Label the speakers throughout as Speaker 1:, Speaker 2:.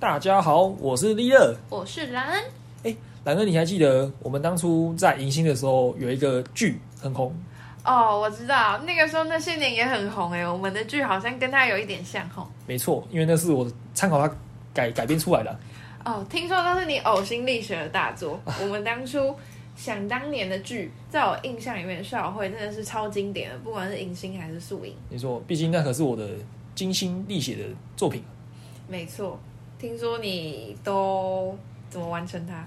Speaker 1: 大家好，我是利乐。
Speaker 2: 我是兰恩，
Speaker 1: 兰哥，你还记得我们当初在迎新的时候有一个剧很红？
Speaker 2: 哦，我知道，那个时候那些年也很红哎，我们的剧好像跟他有一点像吼。
Speaker 1: 没错，因为那是我参考它改改编出来的。啊
Speaker 2: 哦，听说那是你呕心沥血的大 作。我们当初想当年的剧，在我印象里面，校会真的是超经典的，不管是迎新还是宿营。
Speaker 1: 没错，毕竟那可是我的精心力写的作品。
Speaker 2: 没错，听说你都怎么完成它？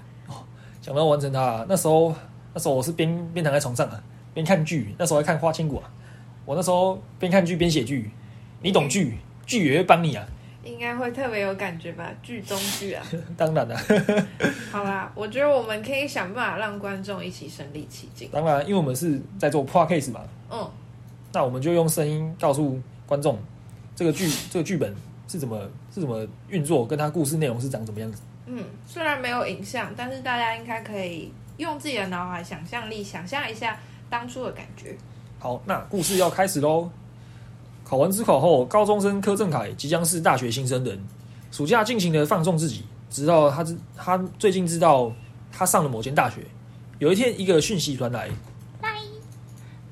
Speaker 1: 想到完成它，那时候那时候我是边边躺在床上啊，边看剧，那时候还看《花千骨》啊。我那时候边看剧边写剧，你懂剧，剧也会帮你啊。
Speaker 2: 应该会特别有感觉吧，剧中剧 啊。
Speaker 1: 当然了、
Speaker 2: 好啦，我觉得我们可以想办法让观众一起身临其境。
Speaker 1: 当然，因为我们是在做 podcast 嘛，
Speaker 2: 嗯，
Speaker 1: 那我们就用声音告诉观众这个剧这个剧本是怎么是怎么运作，跟它故事内容是长怎么样子。
Speaker 2: 嗯，虽然没有影像，但是大家应该可以用自己的脑海想象力想象一下当初的感觉。
Speaker 1: 好，那故事要开始喽。考完职考后，高中生柯正凯即将是大学新生人，暑假尽情的放纵自己，直到他知他最近知道他上了某间大学。有一天，一个讯息传来，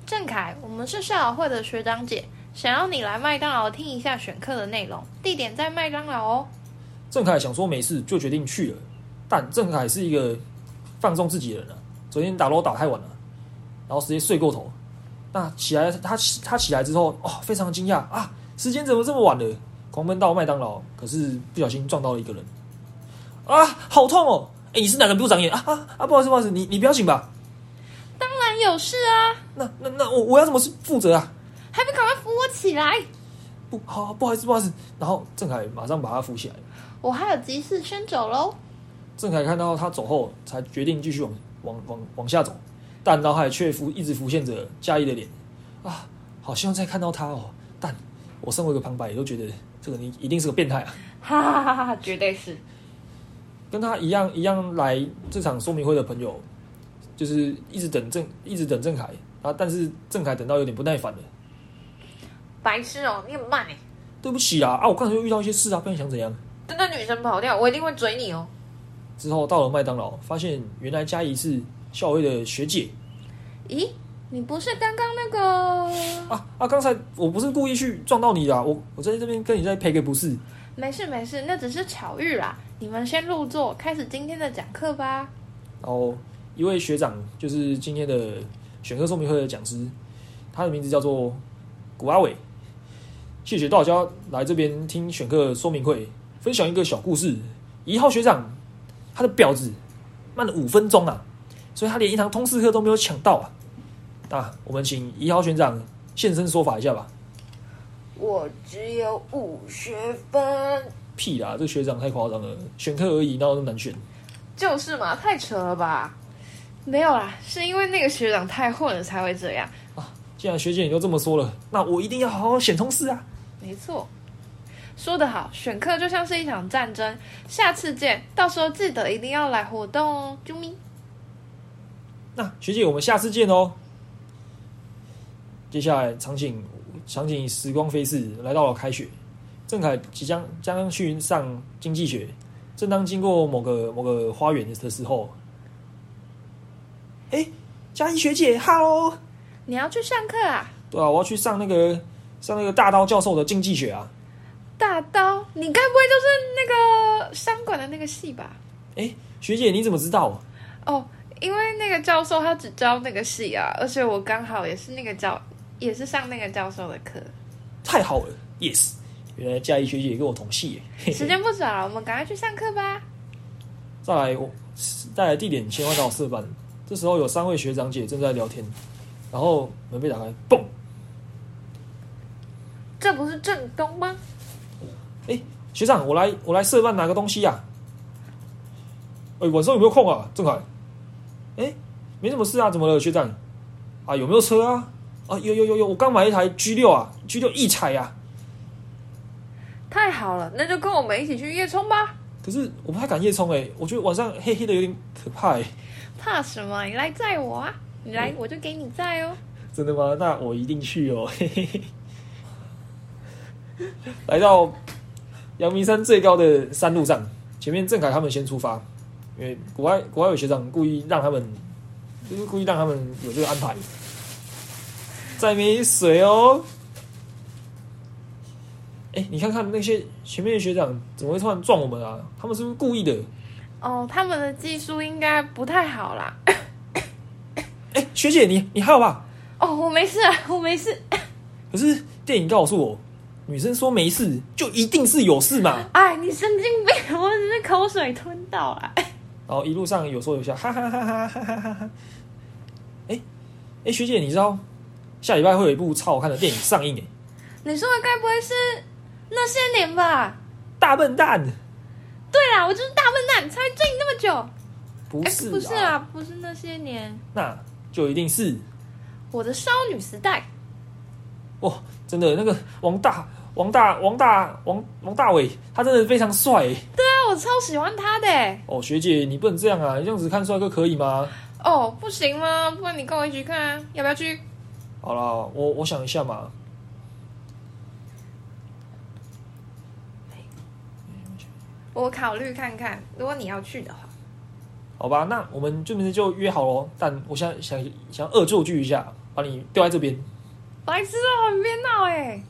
Speaker 2: 郑凯，我们是校友会的学长姐，想要你来麦当劳听一下选课的内容，地点在麦当劳哦。
Speaker 1: 郑凯想说没事，就决定去了。但郑凯是一个放纵自己的人啊，昨天打撸打太晚了，然后直接睡过头。那起来，他他起来之后，哦，非常惊讶啊，时间怎么这么晚了？狂奔到麦当劳，可是不小心撞到了一个人，啊，好痛哦！哎、你是哪个部长眼啊啊啊！不好意思，不好意思，你你不要紧吧？
Speaker 2: 当然有事啊，
Speaker 1: 那那那我我要怎么负责啊？
Speaker 2: 还不赶快扶我起来！
Speaker 1: 不好，不好意思，不好意思。然后郑凯马上把他扶起来。
Speaker 2: 我还有急事先走喽。
Speaker 1: 郑凯看到他走后，才决定继续往往往往下走，但脑海却浮一直浮现着嘉义的脸啊，好希望再看到他哦。但我身为一个旁白，也都觉得这个人一定是个变态啊。
Speaker 2: 哈哈哈哈，绝对是。
Speaker 1: 跟他一样一样来这场说明会的朋友，就是一直等郑一直等郑凯啊，但是郑凯等到有点不耐烦了，
Speaker 2: 白痴哦，你很慢哎。
Speaker 1: 对不起啊啊，我刚才又遇到一些事啊，不然想怎样？
Speaker 2: 等那女生跑掉，我一定会追你哦。
Speaker 1: 之后到了麦当劳，发现原来嘉义是校尉的学姐
Speaker 2: 咦，你不是刚刚那个？
Speaker 1: 啊啊！刚才我不是故意去撞到你的啊、我我在这边跟你在赔个不是。
Speaker 2: 没事没事，那只是巧遇啦。你们先入座，开始今天的讲课吧。
Speaker 1: 然后一位学长就是今天的选课说明会的讲师，他的名字叫做古阿伟。谢谢大家来这边听选课说明会，分享一个小故事。一号学长他的婊子慢了五分钟啊，所以他连一堂通识课都没有抢到啊。那我们请一号学长现身说法一下吧。
Speaker 2: 我只有五学分，
Speaker 1: 屁啦，这学长太夸张了，选课而已，哪有那么难选？
Speaker 2: 就是嘛，太扯了吧？没有啦，是因为那个学长太混了才会这样。
Speaker 1: 既然学姐你都这么说了，那我一定要好好选通识啊！
Speaker 2: 没错，说得好，选课就像是一场战争。下次见，到时候记得一定要来活动哦，啾咪。
Speaker 1: 那学姐，我们下次见哦。接下来场景场景时光飞逝，来到了开学，郑凯即将将去上经济学。正当经过某个某个花园的时候，哎，佳怡学姐，hello，
Speaker 2: 你要去上课啊？
Speaker 1: 对啊，我要去上那个上那个大刀教授的经济学啊。
Speaker 2: 大刀，你该不会就是那个商管的那个系吧？
Speaker 1: 哎，学姐你怎么知道？
Speaker 2: 哦，因为那个教授他只教那个系啊，而且我刚好也是那个教，也是上那个教授的课。
Speaker 1: 太好了，yes，原来佳怡学姐也跟我同系耶。嘿嘿
Speaker 2: 时间不早了，我们赶快去上课吧。
Speaker 1: 再来我再来地点切换到社办，这时候有三位学长姐正在聊天，然后门被打开，嘣！
Speaker 2: 这不是正东吗？
Speaker 1: 学长，我来我来社办拿个东西呀、哎、晚上有没有空啊？郑凯，哎、没什么事啊，怎么了，学长？啊，有没有车啊？啊，有有有有，我刚买一台 G 六啊，G 六一彩啊，
Speaker 2: 太好了，那就跟我们一起去夜冲吧。
Speaker 1: 可是我不太敢夜冲哎、我觉得晚上黑黑的有点可怕哎、
Speaker 2: 怕什么？你来载我啊！
Speaker 1: 嗯
Speaker 2: 你来，我就给你载哦。
Speaker 1: 真的吗？那 我一定去哦。来到阳明山最高的山路上，前面郑凯他们先出发，因为国外国外有学长故意让他们，就是故意让他们有这个安排。再没水哦。哎、你看看那些前面的学长怎么会突然撞我们啊？他们是不是故意的？
Speaker 2: 哦，他们的技术应该不太好啦。
Speaker 1: 哎、学姐你你还好吧？
Speaker 2: 哦，我没事啊，我没事
Speaker 1: 可是电影告诉我，女生说没事就一定是有事嘛。
Speaker 2: 哎，你神经病！我只是口水吞到了。
Speaker 1: 然后一路上有说有笑，哈哈哈哈哈哈哈哈。哎、哎、学姐，你知道下礼拜会有一部超好看的电影上映哎、
Speaker 2: 你说的该不会是那些年吧？
Speaker 1: 大笨蛋！
Speaker 2: 对啦，我就是大笨蛋，才追你那么久。
Speaker 1: 不
Speaker 2: 哎
Speaker 1: 是、
Speaker 2: 不是啊，不是那些年，
Speaker 1: 那就一定是
Speaker 2: 我的少女时代。
Speaker 1: 哇，真的那个王大王大王大王王大伟，他真的非常帅、哎
Speaker 2: 对啊，我超喜欢他的、欸。
Speaker 1: 哦，学姐你不能这样啊，你这样子看帅哥可以吗？
Speaker 2: 哦，不行吗？不然你跟我一起看啊？要不要去？
Speaker 1: 好啦，我我想一下嘛。
Speaker 2: 我考虑看看，如果你要去的话。
Speaker 1: 好吧，那我们这边就约好喽。但我现在想想恶作剧一下，把你丢在这边。
Speaker 2: 白痴哦，很别闹哎。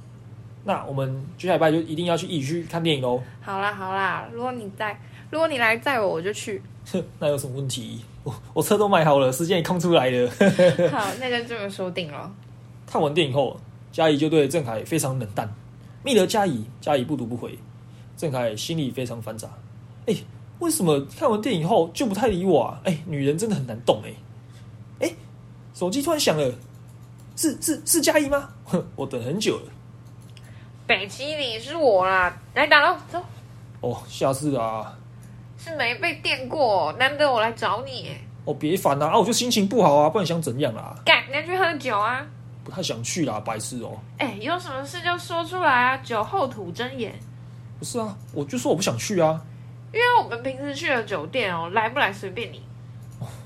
Speaker 1: 那我们接下来拜就一定要去一起去看电影喽。
Speaker 2: 好啦好啦，如果你在，如果你来载我，我就去。
Speaker 1: 哼那有什么问题？ 我我车都买好了，时间也空出来了。
Speaker 2: 好，那就这么说定了。
Speaker 1: 看完电影后，嘉怡就对郑凯非常冷淡，密了嘉怡，嘉怡不读不回。郑凯心里非常繁杂。哎、为什么看完电影后就不太理我啊？哎、女人真的很难懂哎、哎、手机突然响了，是是是嘉怡吗？ 哼，我等很久了。
Speaker 2: 北七里是我啦，来打喽，走。
Speaker 1: 哦，下次啊，
Speaker 2: 是没被电过，难得我来找你耶，
Speaker 1: 哦别烦啦，啊我就心情不好啊，不然想怎样啦、
Speaker 2: 干，那去喝酒啊！
Speaker 1: 不太想去啦，白痴哦、
Speaker 2: 哎、有什么事就说出来啊，酒后吐真言。
Speaker 1: 不是啊，我就说我不想去啊，
Speaker 2: 因为我们平时去的酒店哦，来不来随便你。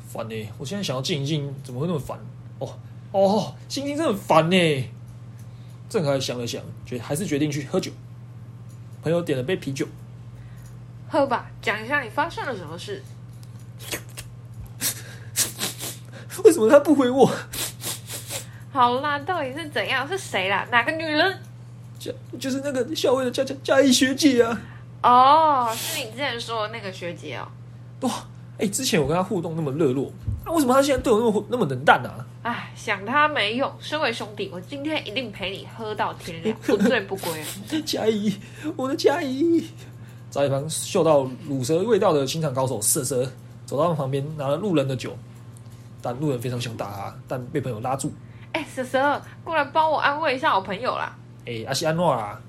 Speaker 1: 烦呢、我现在想要静一静，怎么会那么烦？哦哦，心情真的很烦欸呢、郑凯想了想，决还是决定去喝酒。朋友点了杯啤酒，
Speaker 2: 喝吧，讲一下你发生了什么事。
Speaker 1: 为什么他不回我？
Speaker 2: 好啦，到底是怎样？是谁啦？哪个女人？
Speaker 1: 就就是那个校尉的佳佳佳怡学姐啊！
Speaker 2: 哦，是你之前说的那个学姐哦。
Speaker 1: 哇，哎、之前我跟她互动那么热络，啊、为什么她现在对我那么那么冷淡啊？
Speaker 2: 哎，想她没用。身为兄弟，我今天一定陪你喝到天亮，不醉不归。
Speaker 1: 佳怡，我的佳怡！在一旁嗅到乳蛇味道的清场高手瑟瑟走到他们旁边，拿了路人的酒，但路人非常想打他，但被朋友拉住。
Speaker 2: 哎、蛇蛇，过来帮我安慰一下我朋友啦。
Speaker 1: 哎、阿西安诺啊，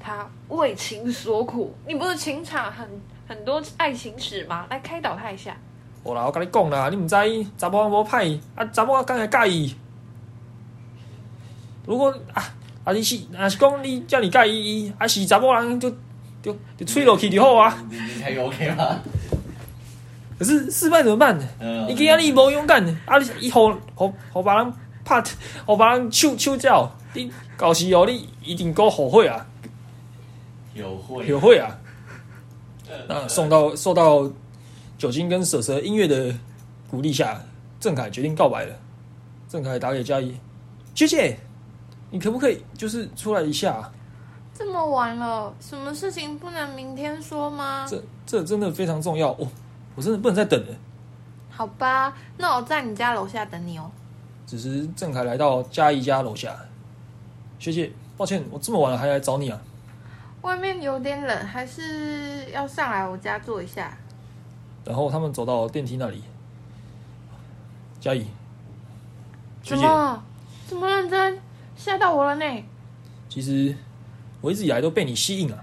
Speaker 2: 他为情所苦。你不是情场很很多爱情史吗？来开导他一下。
Speaker 1: 好啦，我跟你讲啦，你唔知查某无歹，啊查某刚才介意。如果啊啊你是啊是讲你叫你介意伊，啊是查某人就就就吹落去就好啊。
Speaker 3: 你你才 OK 吗？
Speaker 1: 可是失败怎么办？
Speaker 3: 嗯
Speaker 1: 你今仔你无勇敢，啊你伊互互互别人拍，互别人手手照，你到时哦你一定够后悔啊，
Speaker 3: 有会
Speaker 1: 后悔啊。那受到受到酒精跟蛇蛇音乐的鼓励下，郑凯决定告白了。郑凯打给佳怡，学姐，你可不可以就是出来一下啊？
Speaker 2: 这么晚了，什么事情不能明天说吗？
Speaker 1: 这这真的非常重要哦，我真的不能再等了。
Speaker 2: 好吧，那我在你家楼下等你哦。
Speaker 1: 此时郑凯来到佳怡家楼下，学姐，抱歉，我这么晚了还来找你啊。
Speaker 2: 外面有点冷，还是要上来我家坐一下。
Speaker 1: 然后他们走到电梯那里，佳怡，学
Speaker 2: 怎
Speaker 1: 姐，
Speaker 2: 么？这么认真？吓到我了呢。
Speaker 1: 其实我一直以来都被你吸引啊，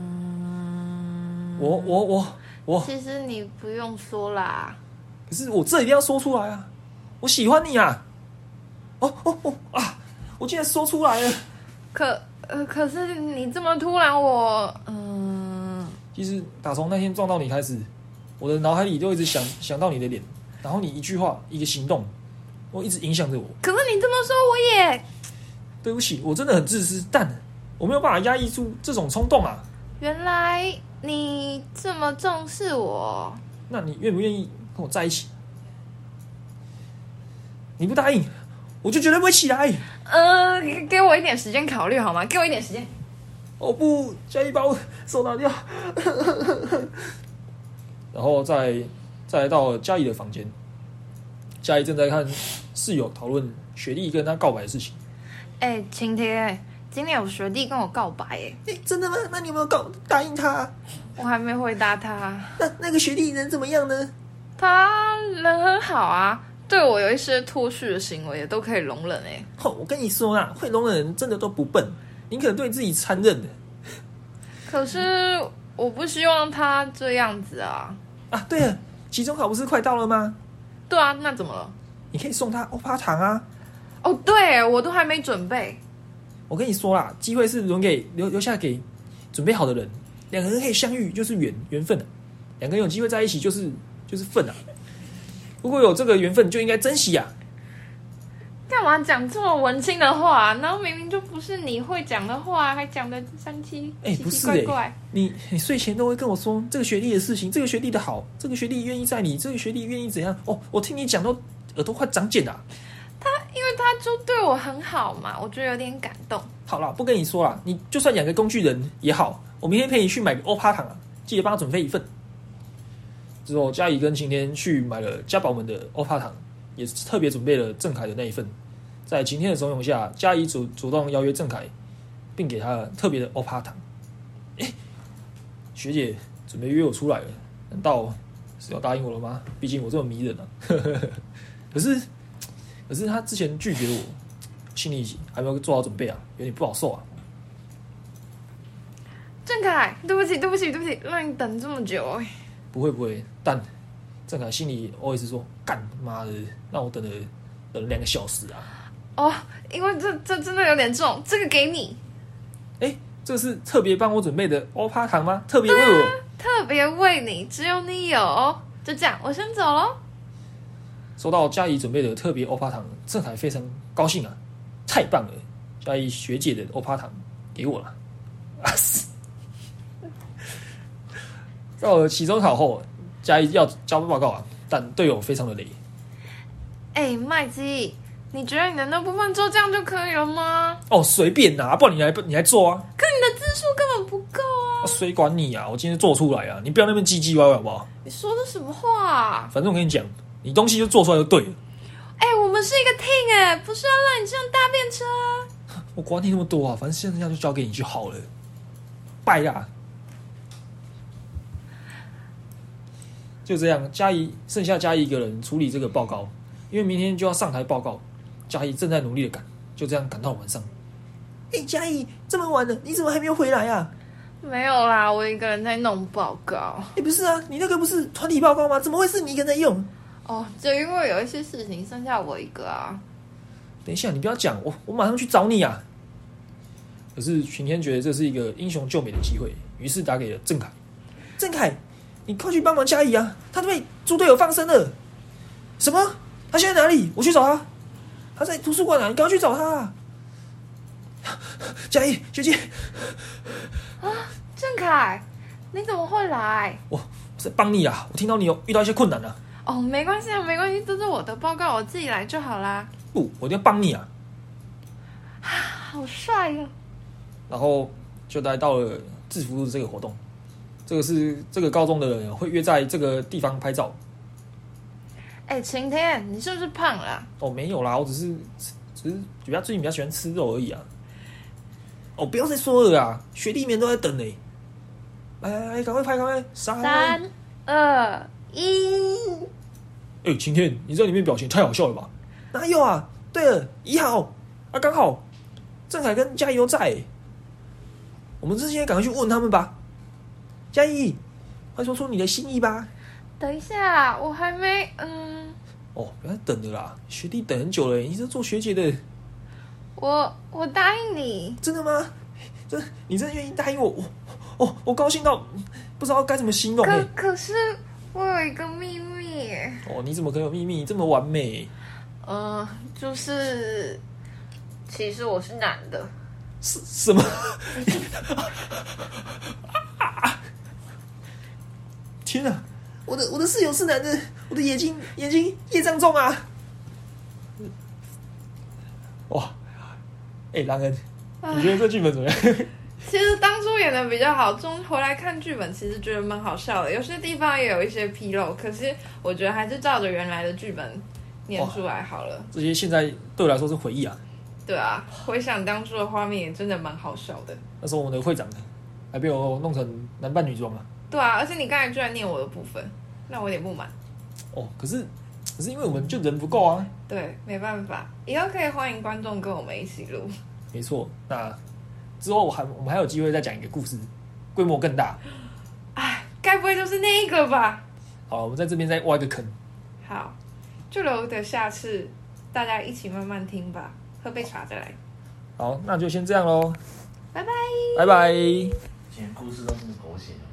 Speaker 2: 嗯，
Speaker 1: 我我我我，
Speaker 2: 其实你不用说啦。
Speaker 1: 可是我这一定要说出来啊，我喜欢你啊！哦哦哦啊！我竟然说出来了。
Speaker 2: 可呃，可是你这么突然，我嗯，
Speaker 1: 其实打从那天撞到你开始，我的脑海里就一直想想到你的脸，然后你一句话一个行动，我一直影响着我。
Speaker 2: 可是你这么说，我也
Speaker 1: 对不起，我真的很自私，但我没有办法压抑住这种冲动啊！
Speaker 2: 原来你这么重视我，
Speaker 1: 那你愿不愿意跟我在一起？你不答应，我就绝对不会起来。
Speaker 2: 呃，给给我一点时间考虑好吗？给我一点时间。
Speaker 1: 哦不，嘉义把我手拿掉。然后再再来到嘉义的房间，嘉义正在看室友讨论雪莉跟他告白的事情。
Speaker 2: 哎、晴天，今天有学弟跟我告白，哎，
Speaker 1: 哎、真的吗？那你有没有告答应他？
Speaker 2: 我还没回答他。
Speaker 1: 那那个学弟人怎么样呢？
Speaker 2: 他人很好啊，对我有一些脱序的行为也都可以容忍哎。
Speaker 1: 哦，我跟你说啦，会聋的人真的都不笨，你可能对自己残忍的
Speaker 2: 可是我不希望他这样子啊。
Speaker 1: 啊。对了，期中考不是快到了吗？
Speaker 2: 对啊，那怎么了？
Speaker 1: 你可以送他欧趴糖啊。
Speaker 2: 哦，对我都还没准备。
Speaker 1: 我跟你说啦，机会是留给留留下给准备好的人，两个人可以相遇就是缘缘分啊，两个人有机会在一起就是就是份啊。如果有这个缘分，就应该珍惜啊。
Speaker 2: 干嘛讲这么文青的话、啊然后明明就不是你会讲的话，还讲的三七
Speaker 1: 哎
Speaker 2: 奇
Speaker 1: 不
Speaker 2: 奇
Speaker 1: 是
Speaker 2: 怪
Speaker 1: 哎
Speaker 2: 怪。
Speaker 1: 你你睡前都会跟我说这个学弟的事情，这个学弟的好，这个学弟愿意在你，这个学弟愿意怎样？哦，我听你讲都耳朵快长茧了啊、
Speaker 2: 因为他就对我很好嘛，我觉得有点感动。
Speaker 1: 好啦，不跟你说啦，你就算养个工具人也好，我明天陪你去买个欧趴糖啊，记得帮他准备一份。之后，嘉怡跟晴天去买了家宝们的欧趴糖，也特别准备了郑凯的那一份。在晴天的怂恿下，嘉怡主主动邀约郑凯，并给他特别的欧趴糖。哎、学姐准备约我出来了，难道是要答应我了吗？毕竟我这么迷人啊。 可是，可是他之前拒绝我，心里还没有做好准备啊，有点不好受啊。
Speaker 2: 郑凯，啊对不起，对不起，对不起，让你等这么久、哎
Speaker 1: 不会不会，但郑凯心里 always 说：“干妈的，让我等了等了两个小时啊
Speaker 2: 哦，因为这这真的有点重，这个给你，！”
Speaker 1: 哎，这是特别帮我准备的欧趴糖吗？特别为我
Speaker 2: 特别为你，只有你有哦。就这样，我先走喽。
Speaker 1: 收到嘉怡准备的特别欧趴糖，郑凯非常高兴啊，太棒了！嘉怡学姐的欧趴糖给我了，啊死！到了期中考后，嘉怡要交报告啊，但队友非常的累，
Speaker 2: 哎、麦基，你觉得你的那部分就这样就可以了吗？
Speaker 1: 哦，随便拿、不然你来你来做啊。
Speaker 2: 可你的字数根本不够啊！
Speaker 1: 啊谁管你啊！我今天做出来啊，你不要那边唧唧歪歪好不好？
Speaker 2: 你说的什么话、啊？
Speaker 1: 反正我跟你讲，你东西就做出来就对了，
Speaker 2: 哎、我们是一个 team 哎、不是要让你这样搭便车啊！
Speaker 1: 我管你那么多啊，反正剩下就交给你就好了。拜啦！就这样，嘉怡剩下嘉怡一个人处理这个报告，因为明天就要上台报告，嘉怡正在努力的赶，就这样赶到晚上。哎、嘉怡，这么晚了，你怎么还没有回来啊？
Speaker 2: 没有啦，我一个人在弄报告。
Speaker 1: 哎、不是啊，你那个不是团体报告吗？怎么会是你一个人在用？
Speaker 2: 哦，就因为有一些事情剩下我一个啊。
Speaker 1: 等一下，你不要讲，我我马上去找你啊！可是群天觉得这是一个英雄救美的机会，于是打给了郑凯。郑凯，你快去帮忙嘉怡啊！他被猪队友放生了。什么？他现在哪里？我去找他。他在图书馆啊！你赶快去找他、啊。嘉怡学姐，
Speaker 2: 郑凯，你怎么会来？
Speaker 1: 我我在帮你啊！我听到你有遇到一些困难啊，
Speaker 2: 哦，没关系啊，没关系，这是我的报告，我自己来就好啦。
Speaker 1: 不，我一定要帮你啊！
Speaker 2: 好帅哟、
Speaker 1: 然后就来到了制服日这个活动。这个是这个高中的人会约在这个地方拍照，
Speaker 2: 哎、晴天，你是不是胖了啊、
Speaker 1: 哦，没有啦，我只是只是比较最近比较喜欢吃肉而已啊。哦，不要再说了啦，学弟们都在等呢、来来来，赶快拍，赶快杀！哎、
Speaker 2: 三二一，
Speaker 1: 哎晴天，你在里面表情太好笑了吧？哪有啊？对了，怡豪啊，刚好郑凯跟嘉怡都在欸、我们这些赶快去问他们吧。嘉怡，快说出你的心意吧。
Speaker 2: 等一下，我还没嗯，
Speaker 1: 哦，不要再等了啦，学弟等很久了欸、你是做学姐的，
Speaker 2: 我我答应你，
Speaker 1: 真的吗？真你真的愿意答应我？我我我高兴到不知道该怎么形容哎、
Speaker 2: 可可是我有一个秘密，
Speaker 1: 哦，你怎么可以有秘密这么完美？欸
Speaker 2: 嗯、就是其实我是男的。
Speaker 1: 是什么？ 天啊，我的我的室友是男的，我的眼睛眼睛业障重啊！哇，哎、郎恩，你觉得这剧本怎么样？
Speaker 2: 其实当初演的比较好，中回来看剧本，其实觉得蛮好笑的，有些地方也有一些纰漏，可是我觉得还是照着原来的剧本念出来好了。
Speaker 1: 这些现在对我来说是回忆啊。
Speaker 2: 对啊，回想当初的画面也真的蛮好笑的。
Speaker 1: 那时候我们的会长还被我弄成男扮女装啊。
Speaker 2: 对啊，而且你刚才居然念我的部分，让我有点不满。
Speaker 1: 哦，可是可是因为我们就人不够啊。
Speaker 2: 对，没办法，以后可以欢迎观众跟我们一起录。
Speaker 1: 没错，那之后我还我们还有机会再讲一个故事，规模更大。
Speaker 2: 该不会就是那一个吧？
Speaker 1: 好，我们在这边再挖一个坑。
Speaker 2: 好，就留着下次大家一起慢慢听吧，喝杯茶再来。
Speaker 1: 好，那就先这样喽，
Speaker 2: 拜拜。
Speaker 1: 拜拜。
Speaker 3: 今天故事都这么狗血吗？